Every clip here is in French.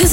this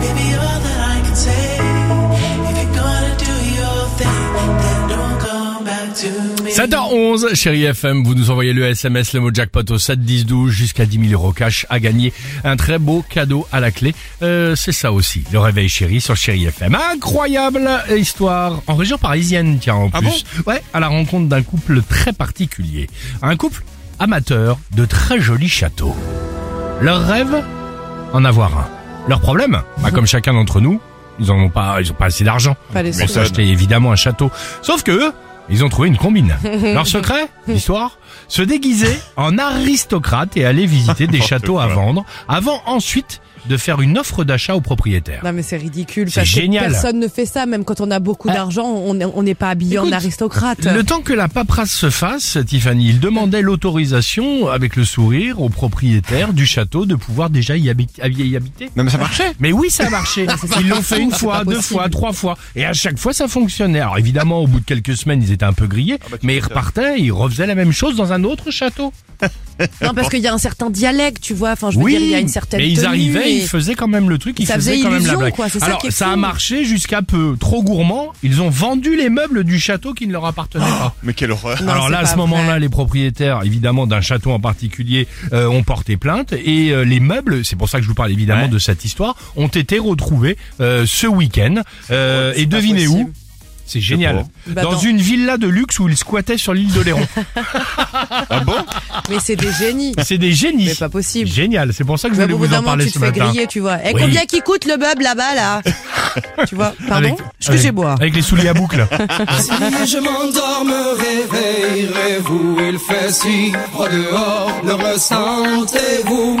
Baby, all that I can say, if you're gonna do your thing, then don't come back to me. 7h11, chérie FM, vous nous envoyez le SMS, le mot jackpot au 7 10 12 jusqu'à 10 000 euros cash à gagner. Un très beau cadeau à la clé. Euh, c'est ça aussi, le réveil chéri sur chérie FM. Incroyable histoire en région parisienne, tiens, en plus. ouais, à la rencontre d'un couple très particulier. Un couple amateur de très jolis châteaux. Leur rêve En avoir un. Leur problème bah, Comme chacun d'entre nous, ils en ont pas, ils ont pas assez d'argent pour s'acheter évidemment un château. Sauf que eux, ils ont trouvé une combine. Leur secret, l'histoire, se déguiser en aristocrate et aller visiter des châteaux à vendre, avant ensuite de faire une offre d'achat au propriétaire. Non mais c'est ridicule. C'est parce que génial. Personne ne fait ça, même quand on a beaucoup Ah. d'argent, on est- on n'est pas habillé en Écoute, aristocrate. Le temps que la paperasse se fasse, Tiffany, il demandait l'autorisation, avec le sourire, au propriétaire du château de pouvoir déjà y, habi- y habiter. Non mais ça marchait Mais oui, ça a marché. Ils l'ont fait une fois, pas deux possible. fois, trois fois. Et à chaque fois, ça fonctionnait. Alors évidemment, au bout de quelques semaines, ils étaient un peu grillés, Ah, bah, mais ils repartaient, ils refaisaient la même chose dans un autre château. Non parce qu'il y a un certain dialecte, tu vois. Enfin, je veux oui, dire, il y a une certaine. mais ils tenue arrivaient, et- ils faisaient quand même le truc, ils Ça faisaient faisait quand même la illusion, blague. quoi, c'est ça Alors, qui est ça a fou. marché jusqu'à peu. Trop gourmand, ils ont vendu les meubles du château qui ne leur appartenaient pas. Mais quelle horreur Non, Alors c'est là, à pas ce moment-là, vrai. les propriétaires, évidemment, d'un château en particulier, euh, ont porté plainte et euh, les meubles, c'est pour ça que je vous parle évidemment Ouais. de cette histoire, ont été retrouvés euh, ce week-end. Euh, et devinez où C'est génial. Bah, dans dans- une villa de luxe où ils squattaient sur l'île d'Oléron. Ah bon Mais c'est des génies. c'est des génies. Mais pas possible. Génial. C'est pour ça que je Mais voulais au bout vous d'un en moment, parler tu te ce fais matin. griller, tu vois. Et Oui. combien qui coûte le meuble là-bas, là Tu vois Pardon Avec- Ce que avec- j'ai boire. Avec les souliers à boucle. Je m'endors, me réveillerez-vous. Il fait si froid dehors, le ressentez-vous